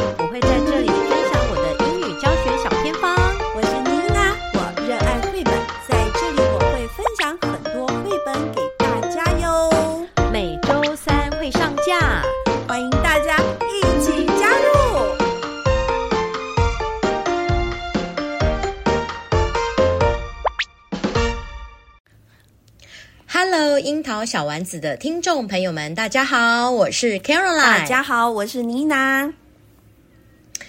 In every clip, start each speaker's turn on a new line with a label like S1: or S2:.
S1: 我会在这里分享我的英语教学小偏方。
S2: 我是妮娜，我热爱绘本，在这里我会分享很多绘本给大家哟。
S1: 每周三会上架。
S2: 欢迎大家一起加入。
S1: Hello，樱桃小丸子的听众朋友们，大家好，我是 Caroline。
S2: 大家好，我是妮娜。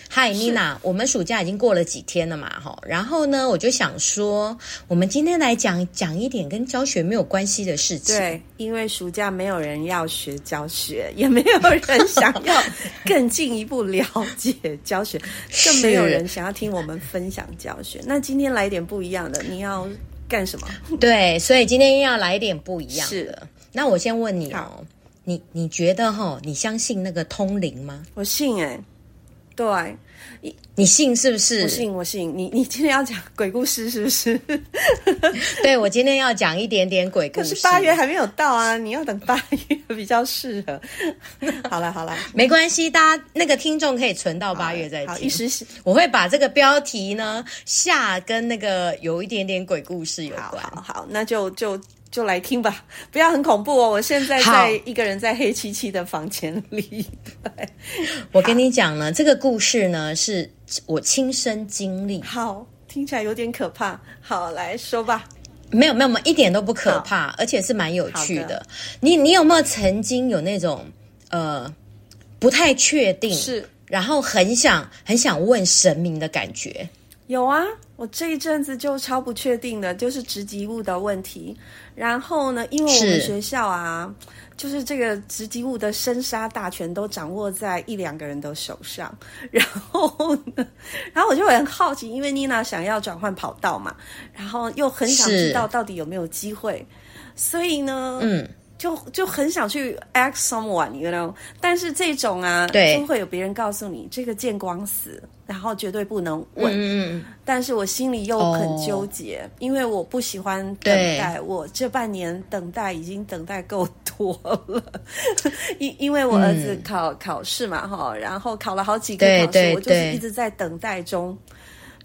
S1: 嗨，妮娜，我们暑假已经过了几天了嘛，哈，然后呢，我就想说，我们今天来讲讲一点跟教学没有关系的事情。
S2: 对，因为暑假没有人要学教学，也没有人想要更进一步了解教学，更没有人想要听我们分享教学。那今天来点不一样的，你要干什么？
S1: 对，所以今天要来一点不一样
S2: 是
S1: 的。那我先问你
S2: 好
S1: 哦，你你觉得哈、你相信那个通灵吗？
S2: 我信哎、对，
S1: 你信是不是？
S2: 我信，我信你。你今天要讲鬼故事是不是？
S1: 嗯对，我今天要讲一点点鬼故
S2: 可
S1: 事。
S2: 是八月还没有到啊，你要等八月比较适 合。好了好了，
S1: 没关系，大家那个听众可以存到八月再
S2: 好一
S1: 听。
S2: 时兴
S1: 我会把这个标题呢下跟那个有一点点鬼故事有
S2: 好
S1: 关。
S2: 好好，那就就就来听吧，不要很恐怖哦。我现在
S1: 好
S2: 在一个人在黑漆漆的房间里，对，
S1: 我跟你讲呢，这个故事呢是我亲身经历，
S2: 好，听起来有点可怕。好，来说吧。
S1: 没有没有没有，一点都不可怕，而且是蛮有趣
S2: 好
S1: 的。
S2: 的
S1: 你你有没有曾经有那种呃不太确定，
S2: 是
S1: 然后很想很想问神明的感觉？
S2: 有啊，我这一阵子就超不确定的，就是职级物的问题。然后呢，因为我们
S1: 是
S2: 学校啊，就是这个职级物的生杀大权都掌握在一两个人的手上。 然后呢，然后我就很好奇，因为妮娜想要转换跑道嘛，然后又很想
S1: 是
S2: 知道到底有没有机会，所以呢，
S1: 嗯，
S2: 就就很想去 ask someone，you know，但是这种啊，
S1: 对
S2: 就会有别人告诉你这个见光死，然后绝对不能问。
S1: 嗯嗯
S2: 但是我心里又很
S1: 哦
S2: 纠结，因为我不喜欢等
S1: 对
S2: 待。我这半年等待已经等待够多了， 因因为我儿子考、考试嘛，哈，然后考了好几个
S1: 嗯对
S2: 考试，
S1: 对
S2: 我就是
S1: 对
S2: 一直在等待中。
S1: 嗯，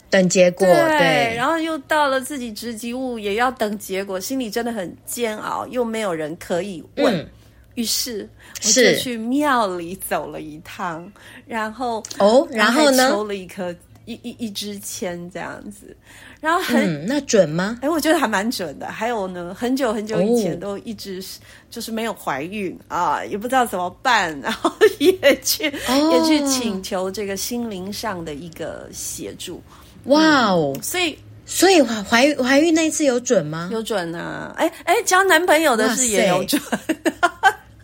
S1: 等结果对。
S2: 然后又到了自己职级物，也要等结果，心里真的很煎熬，又没有人可以问。
S1: 嗯
S2: 于是我就是去庙里走了一趟，然后
S1: 哦，然后
S2: 还
S1: 呢？
S2: 抽了一颗一一一支签这样子，然后很
S1: 嗯，那准吗？
S2: 哎、我觉得还蛮准的。还有呢，很久很久以前
S1: 哦
S2: 都一直是就是没有怀孕啊，也不知道怎么办， 然后也去、
S1: 哦
S2: 也去请求这个心灵上的一个协助，
S1: 哇哦！
S2: 所以
S1: 所以怀怀孕怀孕那一次有准吗？
S2: 有准啊。哎、哎，交男朋友的
S1: 哇
S2: 事
S1: 塞
S2: 也有准。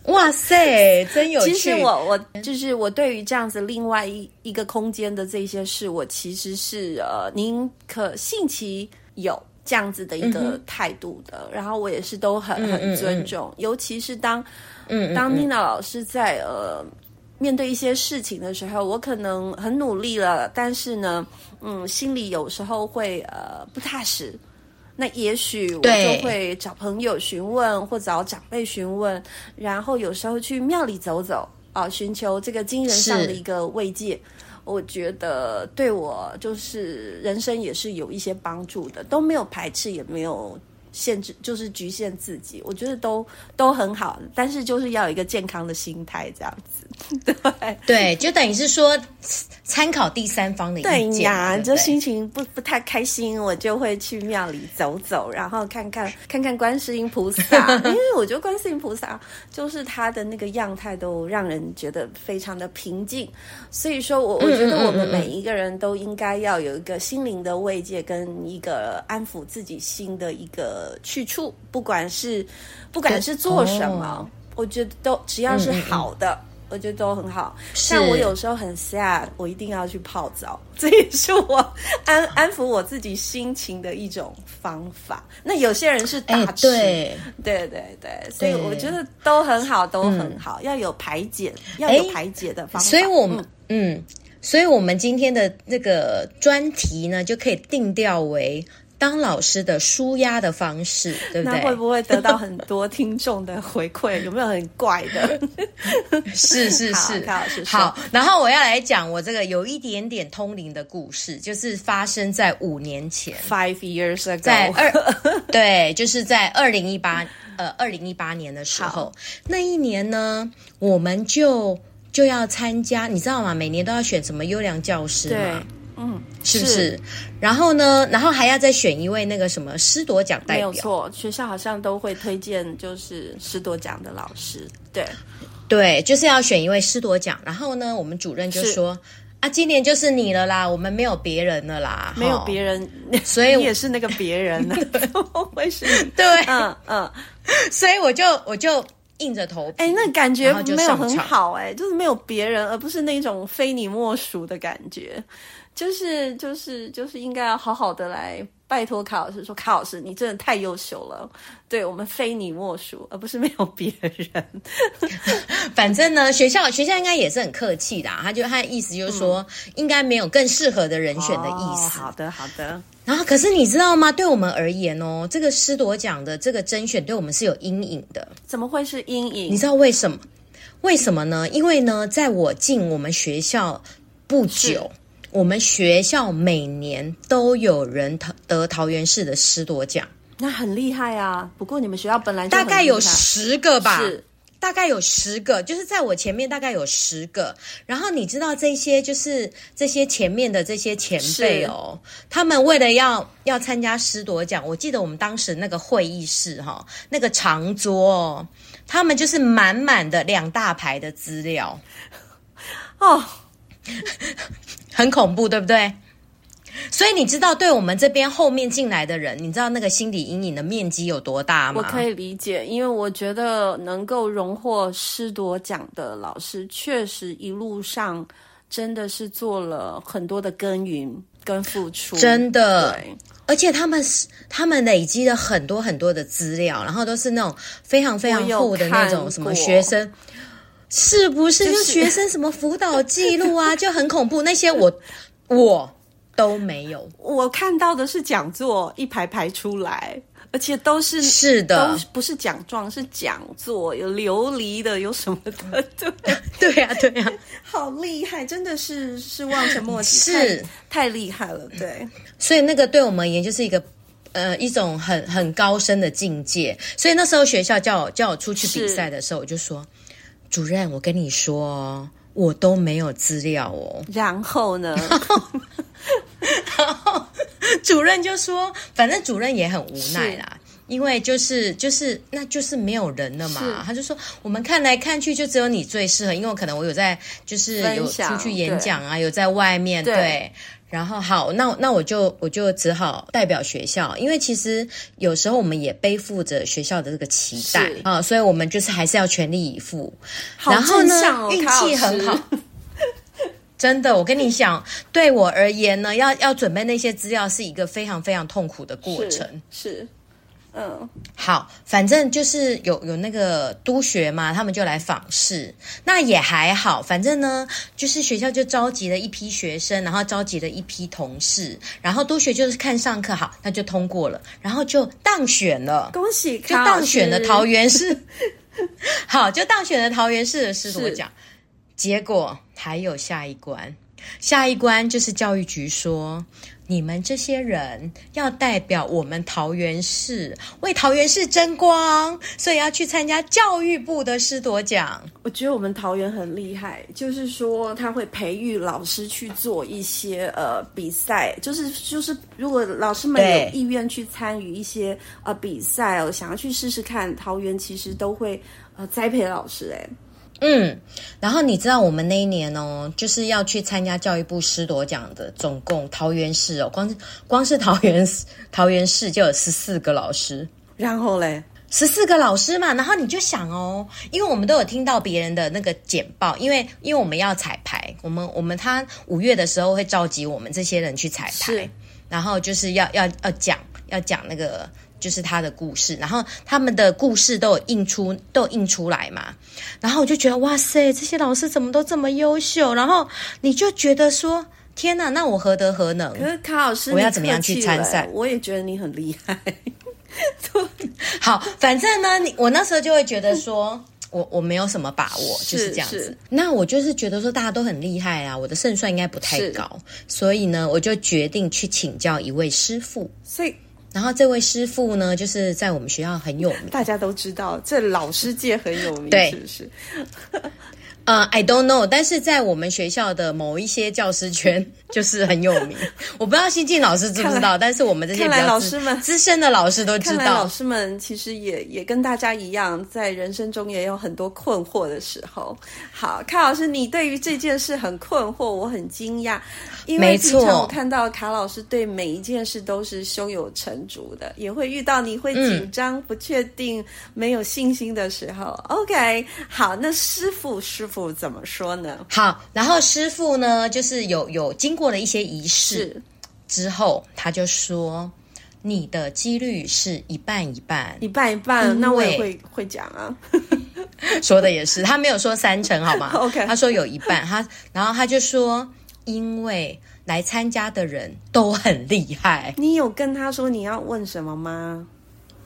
S1: 哇塞，真有趣！
S2: 其实我我就是我对于这样子另外一一个空间的这些事，我其实是呃宁可信其有这样子的
S1: 嗯
S2: 一个态度的，然后我也是都很很尊重，尤其是当
S1: 嗯嗯
S2: 当妮娜老师在呃面对一些事情的时候，我可能很努力了，但是呢，嗯，心里有时候会呃不踏实。那也许我
S1: 对
S2: 就会找朋友询问，或找长辈询问，然后有时候去庙里走走啊，寻求这个精神上的
S1: 是
S2: 一个慰藉。我觉得对我就是人生也是有一些帮助的，都没有排斥，也没有限制，就是局限自己，我觉得都都很好，但是就是要有一个健康的心态，这样子。对
S1: 对，就等于是说参考第三方的意见
S2: 对
S1: 嘛，
S2: 呀，
S1: 对
S2: 就
S1: 不对
S2: 心情不不太开心，我就会去庙里走走，然后看看看看观世音菩 萨，因为我觉得观世音菩萨就是他的那个样态都让人觉得非常的平静，所以说我我
S1: 嗯
S2: 觉得我们每一个人都应该要有一个心灵的慰藉跟一个安抚自己心的一个去处，不管是不管是做什么，
S1: 哦
S2: 我觉得都只要是好的，我觉得都很好。
S1: 嗯是
S2: 但我有时候很 sad，我一定要去泡澡，这也是我安 安抚我自己心情的一种方法。那有些人是
S1: 哎
S2: 大，吃，
S1: 对，
S2: 对对对，所以
S1: 对
S2: 我觉得都很好，都很好，要有排解，要有
S1: 嗯哎
S2: 排解的方法。
S1: 所以我们嗯所以我们今天的这个专题呢，就可以定调为当老师的舒压的方式，对不
S2: 那
S1: 对？
S2: 会不会得到很多听众的回馈？有没有很怪 的？
S1: 是是
S2: 好
S1: 是，
S2: 高老师说
S1: 好。然后我要来讲我这个有一点点通灵的故事，就是发生在五年 前。
S2: Five years ago，
S1: 在 二对，就是在二零一八呃二零一八年的时候，那一年呢，我们就就要参加，你知道吗？每年都要选什么优良教师
S2: 对
S1: 嘛，，
S2: 嗯，
S1: 是不是？然后呢，然后还要再选一位那个什么师铎奖代
S2: 没有
S1: 表，
S2: 错，学校好像都会推荐就是师铎奖的老师，对，
S1: 对，就是要选一位师铎奖。然后呢，我们主任就是说。啊，今年就是你了啦，我们没有别人了啦，
S2: 没有
S1: 吼
S2: 别人，
S1: 所以
S2: 你也是那个别人 呢，怎么会是你？
S1: 对，
S2: 嗯嗯，
S1: 所以我就我就硬着头皮，
S2: 哎、那感觉
S1: 然后就
S2: 没有
S1: 上
S2: 很
S1: 场
S2: 好、哎，就是没有别人，而不是那种非你莫属的感觉，就是就是就是应该要好好的来。拜托卡老师说，卡老师，你真的太优秀了，对我们非你莫属，而不是没有别人。
S1: 反正呢，学校学校应该也是很客气的啊、他就他的意思就是说，应该没有更适合的人选的意
S2: 嗯哦
S1: 思。
S2: 好的，好的，
S1: 然后，可是你知道吗？对我们而言哦，这个师铎奖的这个甄选对我们是有阴影的。
S2: 怎么会是阴影？
S1: 你知道为什么？为什么呢？因为呢，在我进我们学校不久，我们学校每年都有人得得桃园市的师铎奖，
S2: 那很厉害啊！不过你们学校本来就
S1: 大
S2: 很
S1: 概有
S2: 厉害
S1: 十啊个吧。
S2: 是
S1: 大概有十个，就是在我前面大概有十个。然后你知道这些就是这些前面的这些前辈哦，他们为了要要参加师铎奖，我记得我们当时那个会议室哈、那个长桌哦，他们就是满满的两大排的资料，
S2: 哦，
S1: 啊很恐怖，对不对？所以你知道，对我们这边后面进来的人，你知道那个心理阴影的面积有多大
S2: 我
S1: 吗？
S2: 可以理解，因为我觉得能够荣获师铎奖的老师，确实一路上真的是做了很多的耕耘跟付出，
S1: 真的
S2: 对
S1: 而且他们是他们累积了很多很多的资料，然后都是那种非常非常厚的那
S2: 我有看过
S1: 种什么学生，是不是？
S2: 就是
S1: 就学生什么辅导记录啊，就很恐怖。那些我 我都没有。
S2: 我看到的是讲座一排排出来，而且都是
S1: 是
S2: 都
S1: 的，
S2: 不是奖状，是讲座，有琉璃的，有什么 的，对，
S1: 对呀、对啊呀、
S2: 好厉害，真的是是望尘莫及，
S1: 是
S2: 太太厉害了，对。
S1: 所以那个对我们而言就是一个。呃，一种很很高深的境界，所以那时候学校叫我叫我出去比赛的时候，我就说，主任，我跟你说哦，我都没有资料哦。
S2: 然后 呢？
S1: 主任就说，反正主任也很无奈啦。因为就是就是那就是没有人了嘛
S2: 是，
S1: 他就说我们看来看去就只有你最适合，因为我可能我有在就是
S2: 分
S1: 有
S2: 享
S1: 出去演讲啊，有在外面
S2: 对
S1: 然后好，那那我就我就只好代表学校，因为其实有时候我们也背负着学校的这个期待
S2: 是
S1: 啊，所以我们就是还是要全力以赴。
S2: 好
S1: 然后
S2: 正
S1: 呢
S2: 向哦，
S1: 运
S2: 卡老
S1: 气很
S2: 师
S1: 好。真的，我跟你讲，对我而言呢，要要准备那些资料是一个非常非常痛苦的过程。
S2: 是是，嗯，
S1: 好，反正就是有有那个督学嘛，他们就来访视，那也还好。反正呢，就是学校就召集了一批学生，然后召集了一批同事，然后督学就是看上课好，那就通过了，然后就当选了。
S2: 恭喜
S1: 就
S2: 卡老师
S1: 当选了桃园市，好，就当选了桃园市的师铎奖。结果还有下一关，下一关就是教育局说，你们这些人要代表我们桃园市为桃园市争光，所以要去参加教育部的师铎奖。
S2: 我觉得我们桃园很厉害，就是说他会培育老师去做一些呃比赛，就是就是如果老师们
S1: 对
S2: 有意愿去参与一些呃比赛哦，想要去试试看，桃园其实都会呃栽培老师哎、
S1: 嗯，然后你知道我们那一年哦，就是要去参加教育部师铎奖的，总共桃园市哦，光光是桃园市桃园市就有十四个老师。
S2: 然后嘞，
S1: 十四个老师嘛，然后你就想哦，因为我们都有听到别人的那个简报，因为因为我们要彩排，我们我们他五月的时候会召集我们这些人去彩排
S2: 是，
S1: 然后就是要要要讲要讲那个就是他的故事，然后他们的故事都有印出都有印出来嘛，然后我就觉得哇塞，这些老师怎么都这么优秀，然后你就觉得说天哪，那我何德何能？
S2: 可是卡老师，
S1: 我要
S2: 你
S1: 怎么样
S2: 客气
S1: 去参
S2: 了
S1: 赛
S2: 我也觉得你很厉害。
S1: 好，反正呢，你我那时候就会觉得说。我我没有什么把握，
S2: 嗯是
S1: 就是这样子
S2: 是。
S1: 那我就是觉得说大家都很厉害啊，我的胜算应该不太
S2: 是
S1: 高，所以呢，我就决定去请教一位师傅。
S2: 所以
S1: 然后这位师傅呢，就是在我们学校很有 名。
S2: 大家都知道，这老师界很有名，
S1: 对
S2: 是不是？
S1: 呃，I don't know，但是在我们学校的某一些教师圈 就是很有 名。我不知道新进老师知不知
S2: 看
S1: 道，但是我们这些
S2: 看
S1: 比
S2: 来
S1: 较
S2: 老
S1: 资
S2: 师们
S1: 资深的老师都知
S2: 看来
S1: 道
S2: 老。师们其实也也跟大家一样，在人生中也有很多困惑的时候。好，卡老师，你对于这件事很困惑，我很惊讶，因为
S1: 没
S2: 平
S1: 错
S2: 常我看到卡老师对每一件事都是胸有成竹的，也会遇到你会
S1: 嗯
S2: 紧张、不确定、没有信心的时候。OK，好，那师傅师傅怎么说呢？
S1: 好，然后师傅呢，就是有有经过了一些仪式，
S2: 是
S1: 之后，他就说你的几率是一半一半。
S2: 一半一半，那我也
S1: 因为
S2: 会会讲啊。
S1: 说的也是，他没有说三成，好吗
S2: OK
S1: 他说有一半，他然后他就说，因为来参加的人都很厉害。
S2: 你有跟他说你要问什么吗？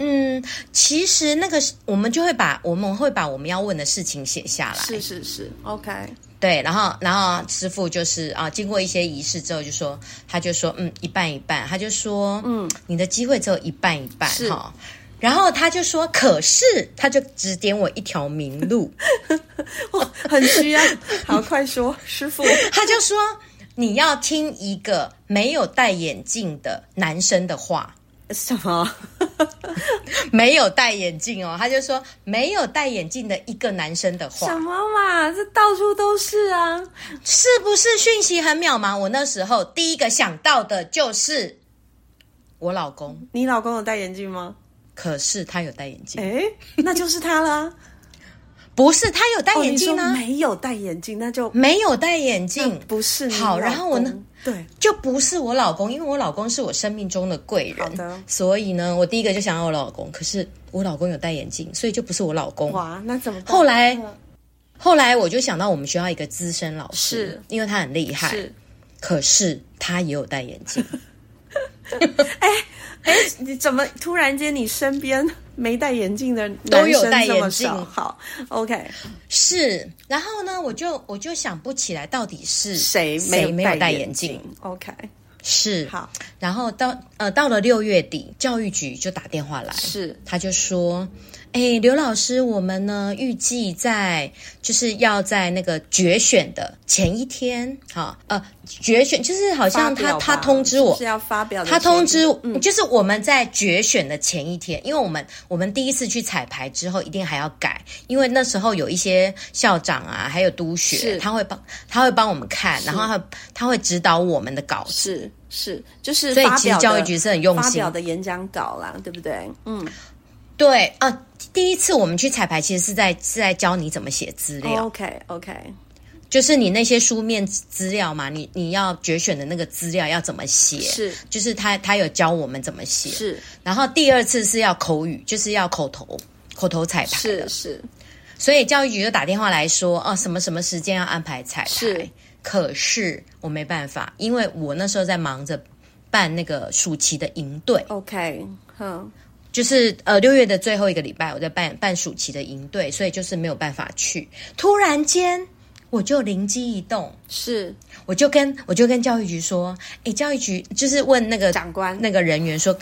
S1: 嗯，其实那个是我们就会把我们会把我们要问的事情写下来，
S2: 是是是，OK，
S1: 对，然后然后师傅就是啊，经过一些仪式之后，就说他就说嗯一半一半，他就说嗯你的机会只有一半一半
S2: 是
S1: 哈、然后他就说可是他就指点我一条明路，
S2: 我 很需要。好，快 说，师傅。
S1: 他就说你要听一个没有戴眼镜的男生的话。
S2: 什么？
S1: 没有戴眼镜哦，他就说没有戴眼镜的一个男生的话，
S2: 什么嘛？这到处都是啊！
S1: 是不是讯息很渺茫？我那时候第一个想到的就是我老公，
S2: 你老公有戴眼镜吗？
S1: 可是他有戴眼镜。
S2: 哎，那就是他啦。
S1: 不是，他 有戴眼镜啊
S2: 哦
S1: 呢、
S2: 你说没嗯有戴眼镜，那就
S1: 没有戴眼镜，
S2: 不是你
S1: 好然后我呢
S2: 老公？对，
S1: 就不是我老公，因为我老公是我生命中的贵
S2: 好的
S1: 人，所以呢，我第一个就想要我老公。可是我老公有戴眼镜，所以就不是我老公。
S2: 哇，那怎么办？
S1: 后来
S2: 嗯
S1: 后来我就想到我们学校一个资深老师，
S2: 是
S1: 因为他很厉害，
S2: 是，
S1: 可是他也有戴眼 镜。
S2: 哎，你怎么突然间你身边 没戴眼镜的
S1: 都
S2: 男
S1: 有
S2: 生
S1: 戴
S2: 这么
S1: 眼镜
S2: 少好，OK，
S1: 是，然后呢，我就我就想不起来到底是
S2: 谁
S1: 谁没有戴眼
S2: 眼
S1: 镜。
S2: ？OK，
S1: 是，
S2: 好，
S1: 然后到呃到了六月底，教育局就打电话来，
S2: 是
S1: 他就说：“哎，刘老师，我们呢预计在就是要在那个决选的前一天，好呃决选就是好像
S2: 发
S1: 他
S2: 表吧
S1: 他通知我
S2: 是不是嗯要发表的
S1: 他
S2: 前一
S1: 通知，就是我们在决选的前一天，因为我们我们第一次去彩排之后，一定还要改，因为那时候有一些校长啊，还有督学，
S2: 是
S1: 他会帮他会帮我们看，然后他他会指导我们的稿子。
S2: 是是，就是
S1: 所以
S2: 发
S1: 其实
S2: 表的
S1: 教育局是很用
S2: 发
S1: 心
S2: 表的演讲稿啦，对不对？嗯，
S1: 对啊、呃第一次我们去彩排，其实是在是在教你怎么写资料，
S2: OK OK，
S1: 就是你那些书面资料嘛，你你要决选的那个资料要怎么写，
S2: 是
S1: 就是他他有教我们怎么写。
S2: 是
S1: 然后第二次是要口语，就是要口头口头彩排
S2: 是
S1: 的，
S2: 是
S1: 所以教育局就打电话来说，哦，什么什么时间要安排彩排
S2: 是，
S1: 可是我没办法，因为我那时候在忙着办那个暑期的营队，
S2: OK，哼，
S1: 就是呃六月的最后一个礼拜，我在办办暑期的营队，所以就是没有办法去。突然间，我就灵机一动，
S2: 是
S1: 我就跟我就跟教育局说，诶，教育局就是问那个
S2: 长官
S1: 那个人员说，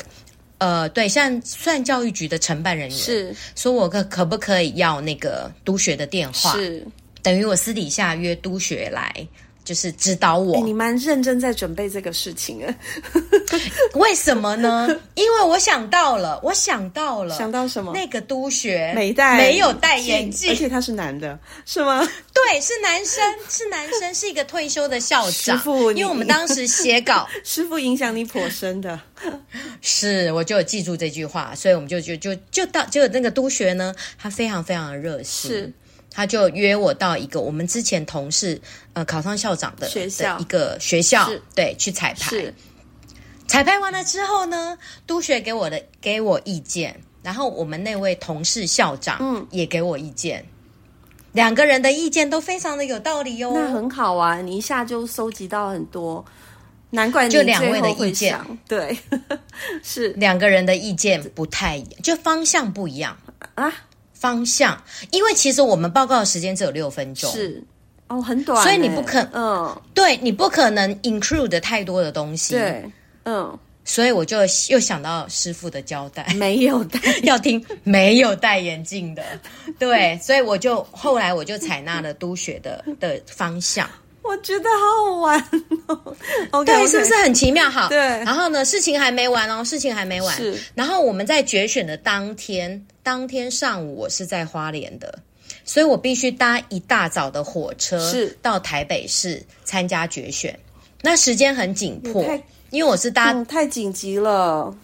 S1: 呃，对，算算教育局的承办人员，
S2: 是
S1: 说我可可不可以要那个督学的电话？
S2: 是
S1: 等于我私底下约督学来就是指导我。
S2: 你蛮认真在准备这个事情 啊？
S1: 为什 么呢？因为我想到了，我想到了，
S2: 想到什么？
S1: 那个督学
S2: 没戴，
S1: 没有戴眼镜，
S2: 而且他是男的，是吗？
S1: 对，是男生，是男生，是一个退休的校长。
S2: 师傅，
S1: 因为我们当时写 稿，
S2: 师傅影响你颇深的。
S1: 嗯是，我就有记住这句话，所以我们就就就就到，就那个督学呢，他非常非常的热心。
S2: 是。
S1: 他就约我到一个我们之前同事呃考上校长的
S2: 学校
S1: 一个学校
S2: 是，
S1: 对，去彩排。
S2: 是
S1: 彩排完了之后呢，督学给我的给我意见，然后我们那位同事校长
S2: 嗯
S1: 也给我意见，两个人的意见都非常的有道理
S2: 那
S1: 哦。
S2: 很好啊，你一下就收集到很多，难怪你
S1: 就两位的
S2: 最后会
S1: 意见
S2: 想，对， 是
S1: 两个人的意见不太一样，就方向不一样。
S2: 啊，
S1: 方向，因为其实我们报告的时间只有六分钟，
S2: 是哦，很短欸，
S1: 所以你不肯
S2: 嗯，
S1: 对你不可能 include 太多的东西，
S2: 对，嗯，
S1: 所以我就又想到师傅的交代，
S2: 没有的，
S1: 要听没有戴眼镜的，对，所以我就后来我就采纳了督学的的方向，
S2: 我觉得好好玩 哦。OK，,
S1: 对，是不是很奇妙？好，
S2: 对
S1: 然后呢，事情还没完哦，事情还没完
S2: 是。
S1: 然后我们在决选的当天，当天上午我是在花莲的，所以我必须搭一大早的火车
S2: 是
S1: 到台北市参加决选，那时间很紧迫
S2: 也太，
S1: 因为我是搭
S2: 嗯，太紧急了，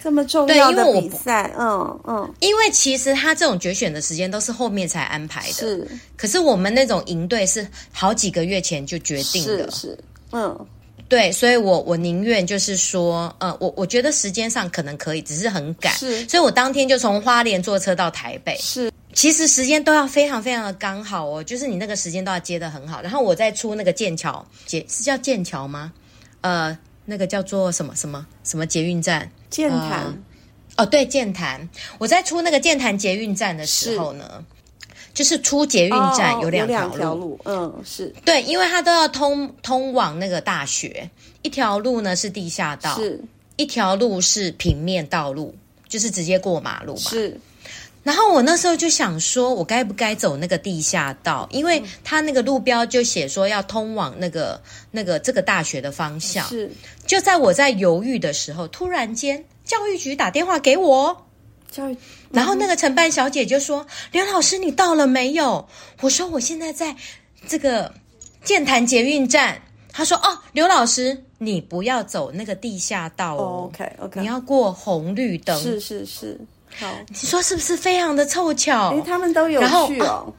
S2: 这么重要的
S1: 对因为我
S2: 比赛，嗯嗯，
S1: 因为其实他这种决选的时间都是后面才安排的，
S2: 是
S1: 可是我们那种营队是好几个月前就决定
S2: 是
S1: 的，
S2: 是，嗯，
S1: 对，所以我我宁愿就是说，呃，我我觉得时间上可能可以，只是很赶，
S2: 是
S1: 所以我当天就从花莲坐车到台北，
S2: 是
S1: 其实时间都要非常非常的刚好哦，就是你那个时间都要接的很好，然后我再出那个剑桥捷是叫剑桥吗？呃，那个叫做什么什么什么捷运站？
S2: 健谈、
S1: 嗯哦，对，剑潭，我在出那个剑潭捷运站的时候呢，就是出捷运呃站
S2: 哦
S1: 有
S2: 两
S1: 两条
S2: 条路，嗯，是
S1: 对，因为它都要通通往那个大学，一条路呢是地下道，
S2: 是
S1: 一条路是平面道路，就是直接过马路嘛。
S2: 是
S1: 然后我那时候就想说，我该不该走那个地下道？因
S2: 嗯
S1: 为它那个路标就写说要通往那个那个这个大学的方向。
S2: 是，
S1: 就在我在犹豫的时候，突然间教育局打电话给我。
S2: 教育
S1: 然后那
S2: 嗯
S1: 个承办小姐就说：“刘老师，你到了没有？”我说：“我现在在这个健潭捷运站。”她说：“哦，刘老师，你不要走那个地下道哦，
S2: OK OK，
S1: 你要过红绿灯。”
S2: 是是是，好，
S1: 你说是不是非常的凑巧？
S2: 哎，他们都有
S1: 然后
S2: 去哦，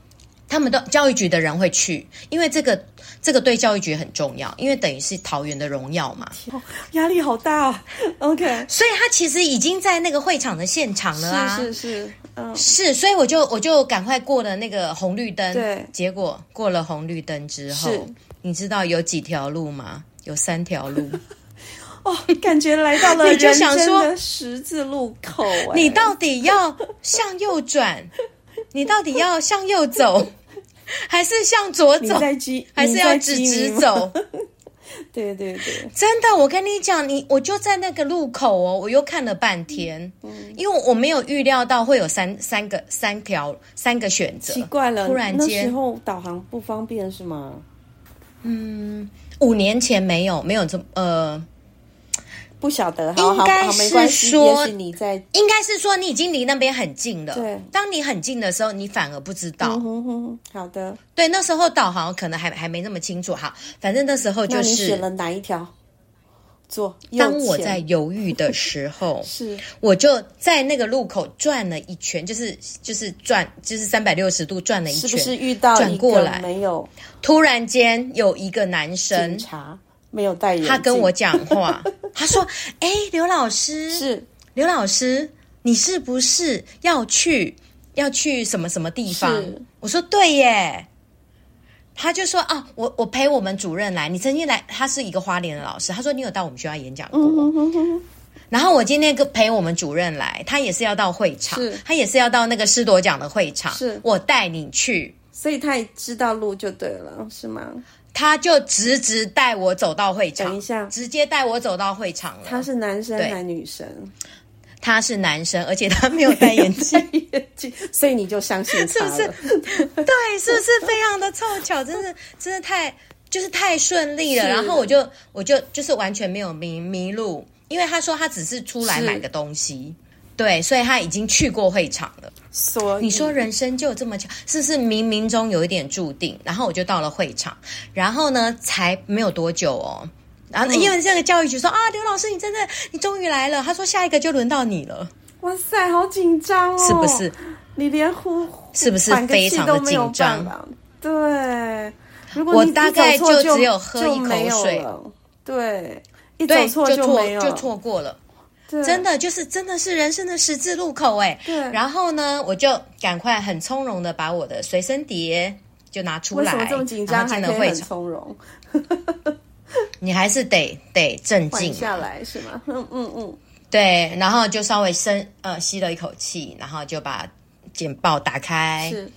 S1: 他们都教育局的人会去，因为这个这个对教育局很重要，因为等于是桃园的荣耀嘛。
S2: 哦压力好大、哦、，OK，
S1: 所以他其实已经在那个会场的现场了啊。
S2: 是是是，嗯，
S1: 是，所以我就我就赶快过了那个红绿灯。
S2: 对
S1: 结果过了红绿灯之后
S2: 是，
S1: 你知道有几条路吗？有三 条路。
S2: 哦，感觉来到了
S1: 你就
S2: 人
S1: 想
S2: 生
S1: 说
S2: 的十字路口、哎
S1: 你到底要向右转？ 你到底要向右走，还是向左
S2: 你
S1: 走？
S2: 在激，
S1: 还是
S2: 你
S1: 要
S2: 在
S1: 直
S2: 激
S1: 直
S2: 你吗？
S1: 走？
S2: 对对 对，
S1: 真的，我跟你讲，你我就在那个路口哦，我又看了半天，
S2: 嗯
S1: 因为我没有预料到会有三三个三条三个选择
S2: 奇。怪了，
S1: 突然
S2: 那
S1: 间
S2: 时候导航不方便是吗？
S1: 五年前没有没有这么呃，
S2: 不晓得，好好
S1: 应该
S2: 好，没关
S1: 是
S2: 系，
S1: 说
S2: 也许你在，
S1: 应该是说你已经离那边很近了。
S2: 对
S1: 当你很近的时候，你反而不知道。
S2: 嗯哼哼，好的，
S1: 对，那时候导航可能还还没那么清楚。好，反正那时候
S2: 那
S1: 就
S2: 你选
S1: 是
S2: 了哪一条？左，右
S1: 当我
S2: 前，
S1: 在犹豫的时候
S2: 是
S1: 我就在那个路口转了一圈，就是就是转就是三百六十度转了一
S2: 是不
S1: 圈，
S2: 是遇到
S1: 转
S2: 一
S1: 过
S2: 个
S1: 来
S2: 没有
S1: 突然间有一个男
S2: 警
S1: 生，
S2: 察，没有戴眼镜，
S1: 他跟我讲 话，他说：“哎、刘老师，
S2: 是
S1: 刘老师，你是不是要去要去什么什么地方
S2: 是？”
S1: 我说：“对耶。”他就说：“啊，我我陪我们主任来，你曾经来，他是一个花莲的老师，他说你有到我们学校演讲
S2: 嗯
S1: 过。然后我今天跟陪我们主任来，他也是要到会场
S2: 是，
S1: 他也是要到那个师铎奖的会场，
S2: 是
S1: 我带你去。”
S2: 所以他也知道路就对了，是吗？
S1: 他就直直带我走到会场，
S2: 等一下
S1: 直接带我走到会场了。
S2: 他是男生
S1: 对
S2: 还女生？
S1: 他是男生，而且他没有戴眼镜，
S2: 戴眼镜，所以你就相信他了。
S1: 是不是？对，是不是非常的凑巧？真是，真的太就是太顺利了，
S2: 是
S1: 然后我就我就就是完全没有迷迷路，因为他说他只是出来
S2: 是
S1: 买个东西，对，所以他已经去过会场了。
S2: 所以
S1: 你说人生就这么巧，是不是冥冥中有一点注定？然后我就到了会场，然后呢，才没有多久哦。然
S2: 嗯
S1: 后，因为这个教育局说、啊，刘老师，你真的，你终于来了。他说下一个就轮到你了，
S2: 哇塞，好紧张哦，
S1: 是不是？
S2: 你连呼
S1: 是不是
S2: 喘个气
S1: 非常
S2: 都
S1: 的
S2: 没有
S1: 紧张
S2: 办法？对，如果
S1: 我
S2: 你一
S1: 大概
S2: 走错
S1: 就
S2: 就
S1: 只有喝
S2: 就
S1: 一口
S2: 没有
S1: 水
S2: 了对，一走
S1: 对，就
S2: 错
S1: 错
S2: 没有，
S1: 就错过了。
S2: 对，
S1: 真的就是真的是人生的十字路口哎。
S2: 对
S1: 然后呢，我就赶快很从容的把我的随身碟就拿出
S2: 为
S1: 来，
S2: 什么这么紧
S1: 然
S2: 张
S1: 后进
S2: 还
S1: 了
S2: 可以
S1: 会
S2: 很
S1: 场，
S2: 从容？
S1: 你还是得得镇
S2: 缓
S1: 静，
S2: 下来是吗？嗯嗯嗯，
S1: 对，然后就稍微深呃吸了一口气，然后就把简报打开，
S2: 是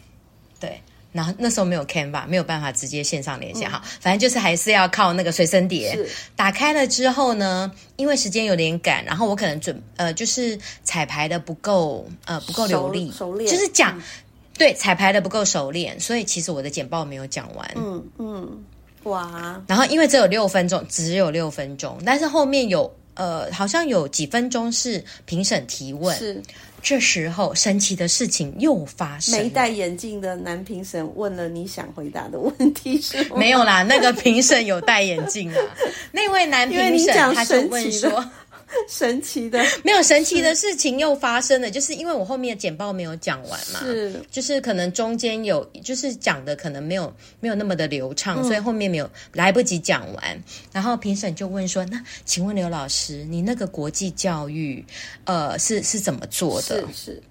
S1: 对。然后那时候没有 Canva，没有办法直接线上连线哈、反正就是还是要靠那个随身碟。
S2: 嗯是
S1: 打开了之后呢，因为时间有点赶，然后我可能准呃就是彩排的不够呃不够流利，
S2: 熟熟练嗯
S1: 就是讲、对彩排的不够熟练，所以其实我的简报没有讲完。
S2: 嗯嗯，哇，
S1: 然后因为只有六分钟，只有六分钟，但是后面有呃好像有几分钟是评审提问，
S2: 是
S1: 这时候神奇的事情又发生了
S2: 没戴眼镜的男评审问了你想回答的问题是吗？
S1: 没有啦，那个评审有戴眼镜 啊。那位男
S2: 因为
S1: 评
S2: 你
S1: 审
S2: 讲
S1: 他就
S2: 神
S1: 问
S2: 奇的
S1: 说，
S2: 神奇的，
S1: 没有神奇的事情又发生了，就是因为我后面的简报没有讲完嘛，
S2: 是
S1: 就是可能中间有，就是讲的可能没有没有那么的流畅，
S2: 嗯
S1: 所以后面没有来不及讲完。然后评审就问说：“那请问刘老师，你那个国际教育，呃，是是怎么做的
S2: 是是，？”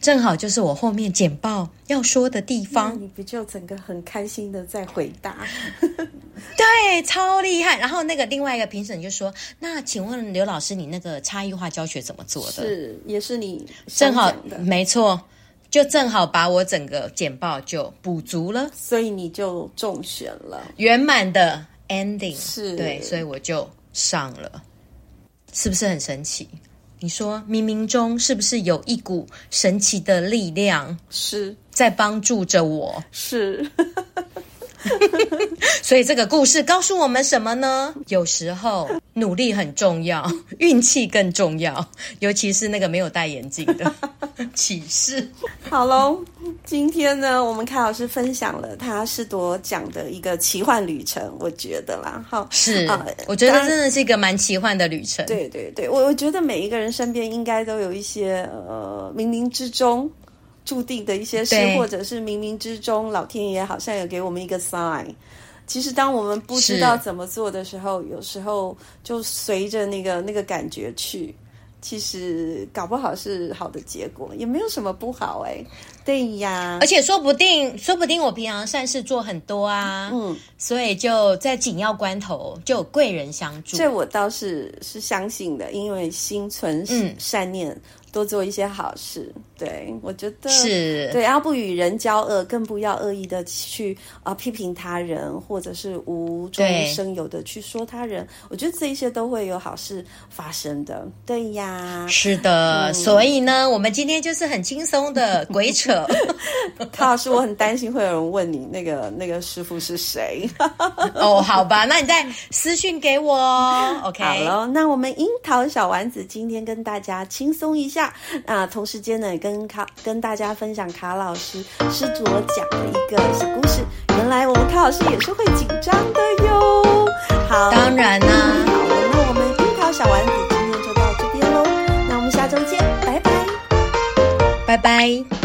S1: 正好就是我后面简报要说的地
S2: 那
S1: 方，
S2: 你不就整个很开心的在回答？
S1: 对，哎超厉害。然后那个另外一个评审就说：“那请问刘老师，你那个差异化教学怎么做的？”
S2: 是也是你想
S1: 正好
S2: 讲的，
S1: 没错，就正好把我整个简报就补足了，
S2: 所以你就中选了。
S1: 圆满的 ending。
S2: 是
S1: 对，所以我就上了，是不是很神奇？你说冥冥中是不是有一股神奇的力量
S2: 是
S1: 在帮助着我？
S2: 是，
S1: 所以这个故事告诉我们什么呢？有时候努力很重要， 运气更重要，尤其是那个没有戴眼镜的 启示。
S2: 好喽，今天呢，我们凯老师分享了他是朵奖的一个奇幻旅程，我觉得啦，哈，
S1: 是
S2: 啊，
S1: 我觉得
S2: 当然
S1: 真的是一个蛮奇幻的旅程。
S2: 对对对，我我觉得每一个人身边应该都有一些呃冥冥之中注定的一些事
S1: 对，
S2: 或者是冥冥之中老天爷好像有给我们一个 sign。其实当我们不知
S1: 是
S2: 道怎么做的时候，有时候就随着那个那个感觉去。其实搞不好是好的结果，也没有什么不好哎、对呀
S1: 而，且说不定，说不定我平常善事做很多啊，嗯，所以就在紧要关头就有贵人相助。
S2: 这我倒是是相信的，因为心存
S1: 嗯
S2: 善念，多做一些好事。对我觉得
S1: 是，
S2: 对，要不与人交恶，更不要恶意的去啊、呃批评他人，或者是无中
S1: 对
S2: 生有的去说他人。我觉得这一些都会有好事发生的。对呀，
S1: 是的。
S2: 嗯
S1: 所以呢，我们今天就是很轻松的 鬼扯，
S2: 康老师，我很担心会有人问你那个那个师傅是谁。
S1: 哦，好吧，那你再私讯给我哦，OK？
S2: 好喽，那我们樱桃小丸子今天跟大家轻松一下，那、同时间呢，也跟卡跟大家分享卡老师师卓讲的一个小故事。原来我们卡老师也是会紧张的哟。好，
S1: 当然啊啦
S2: 好了，那我们樱桃小丸子今天就到这边喽，那我们下周见，拜拜。
S1: 拜拜。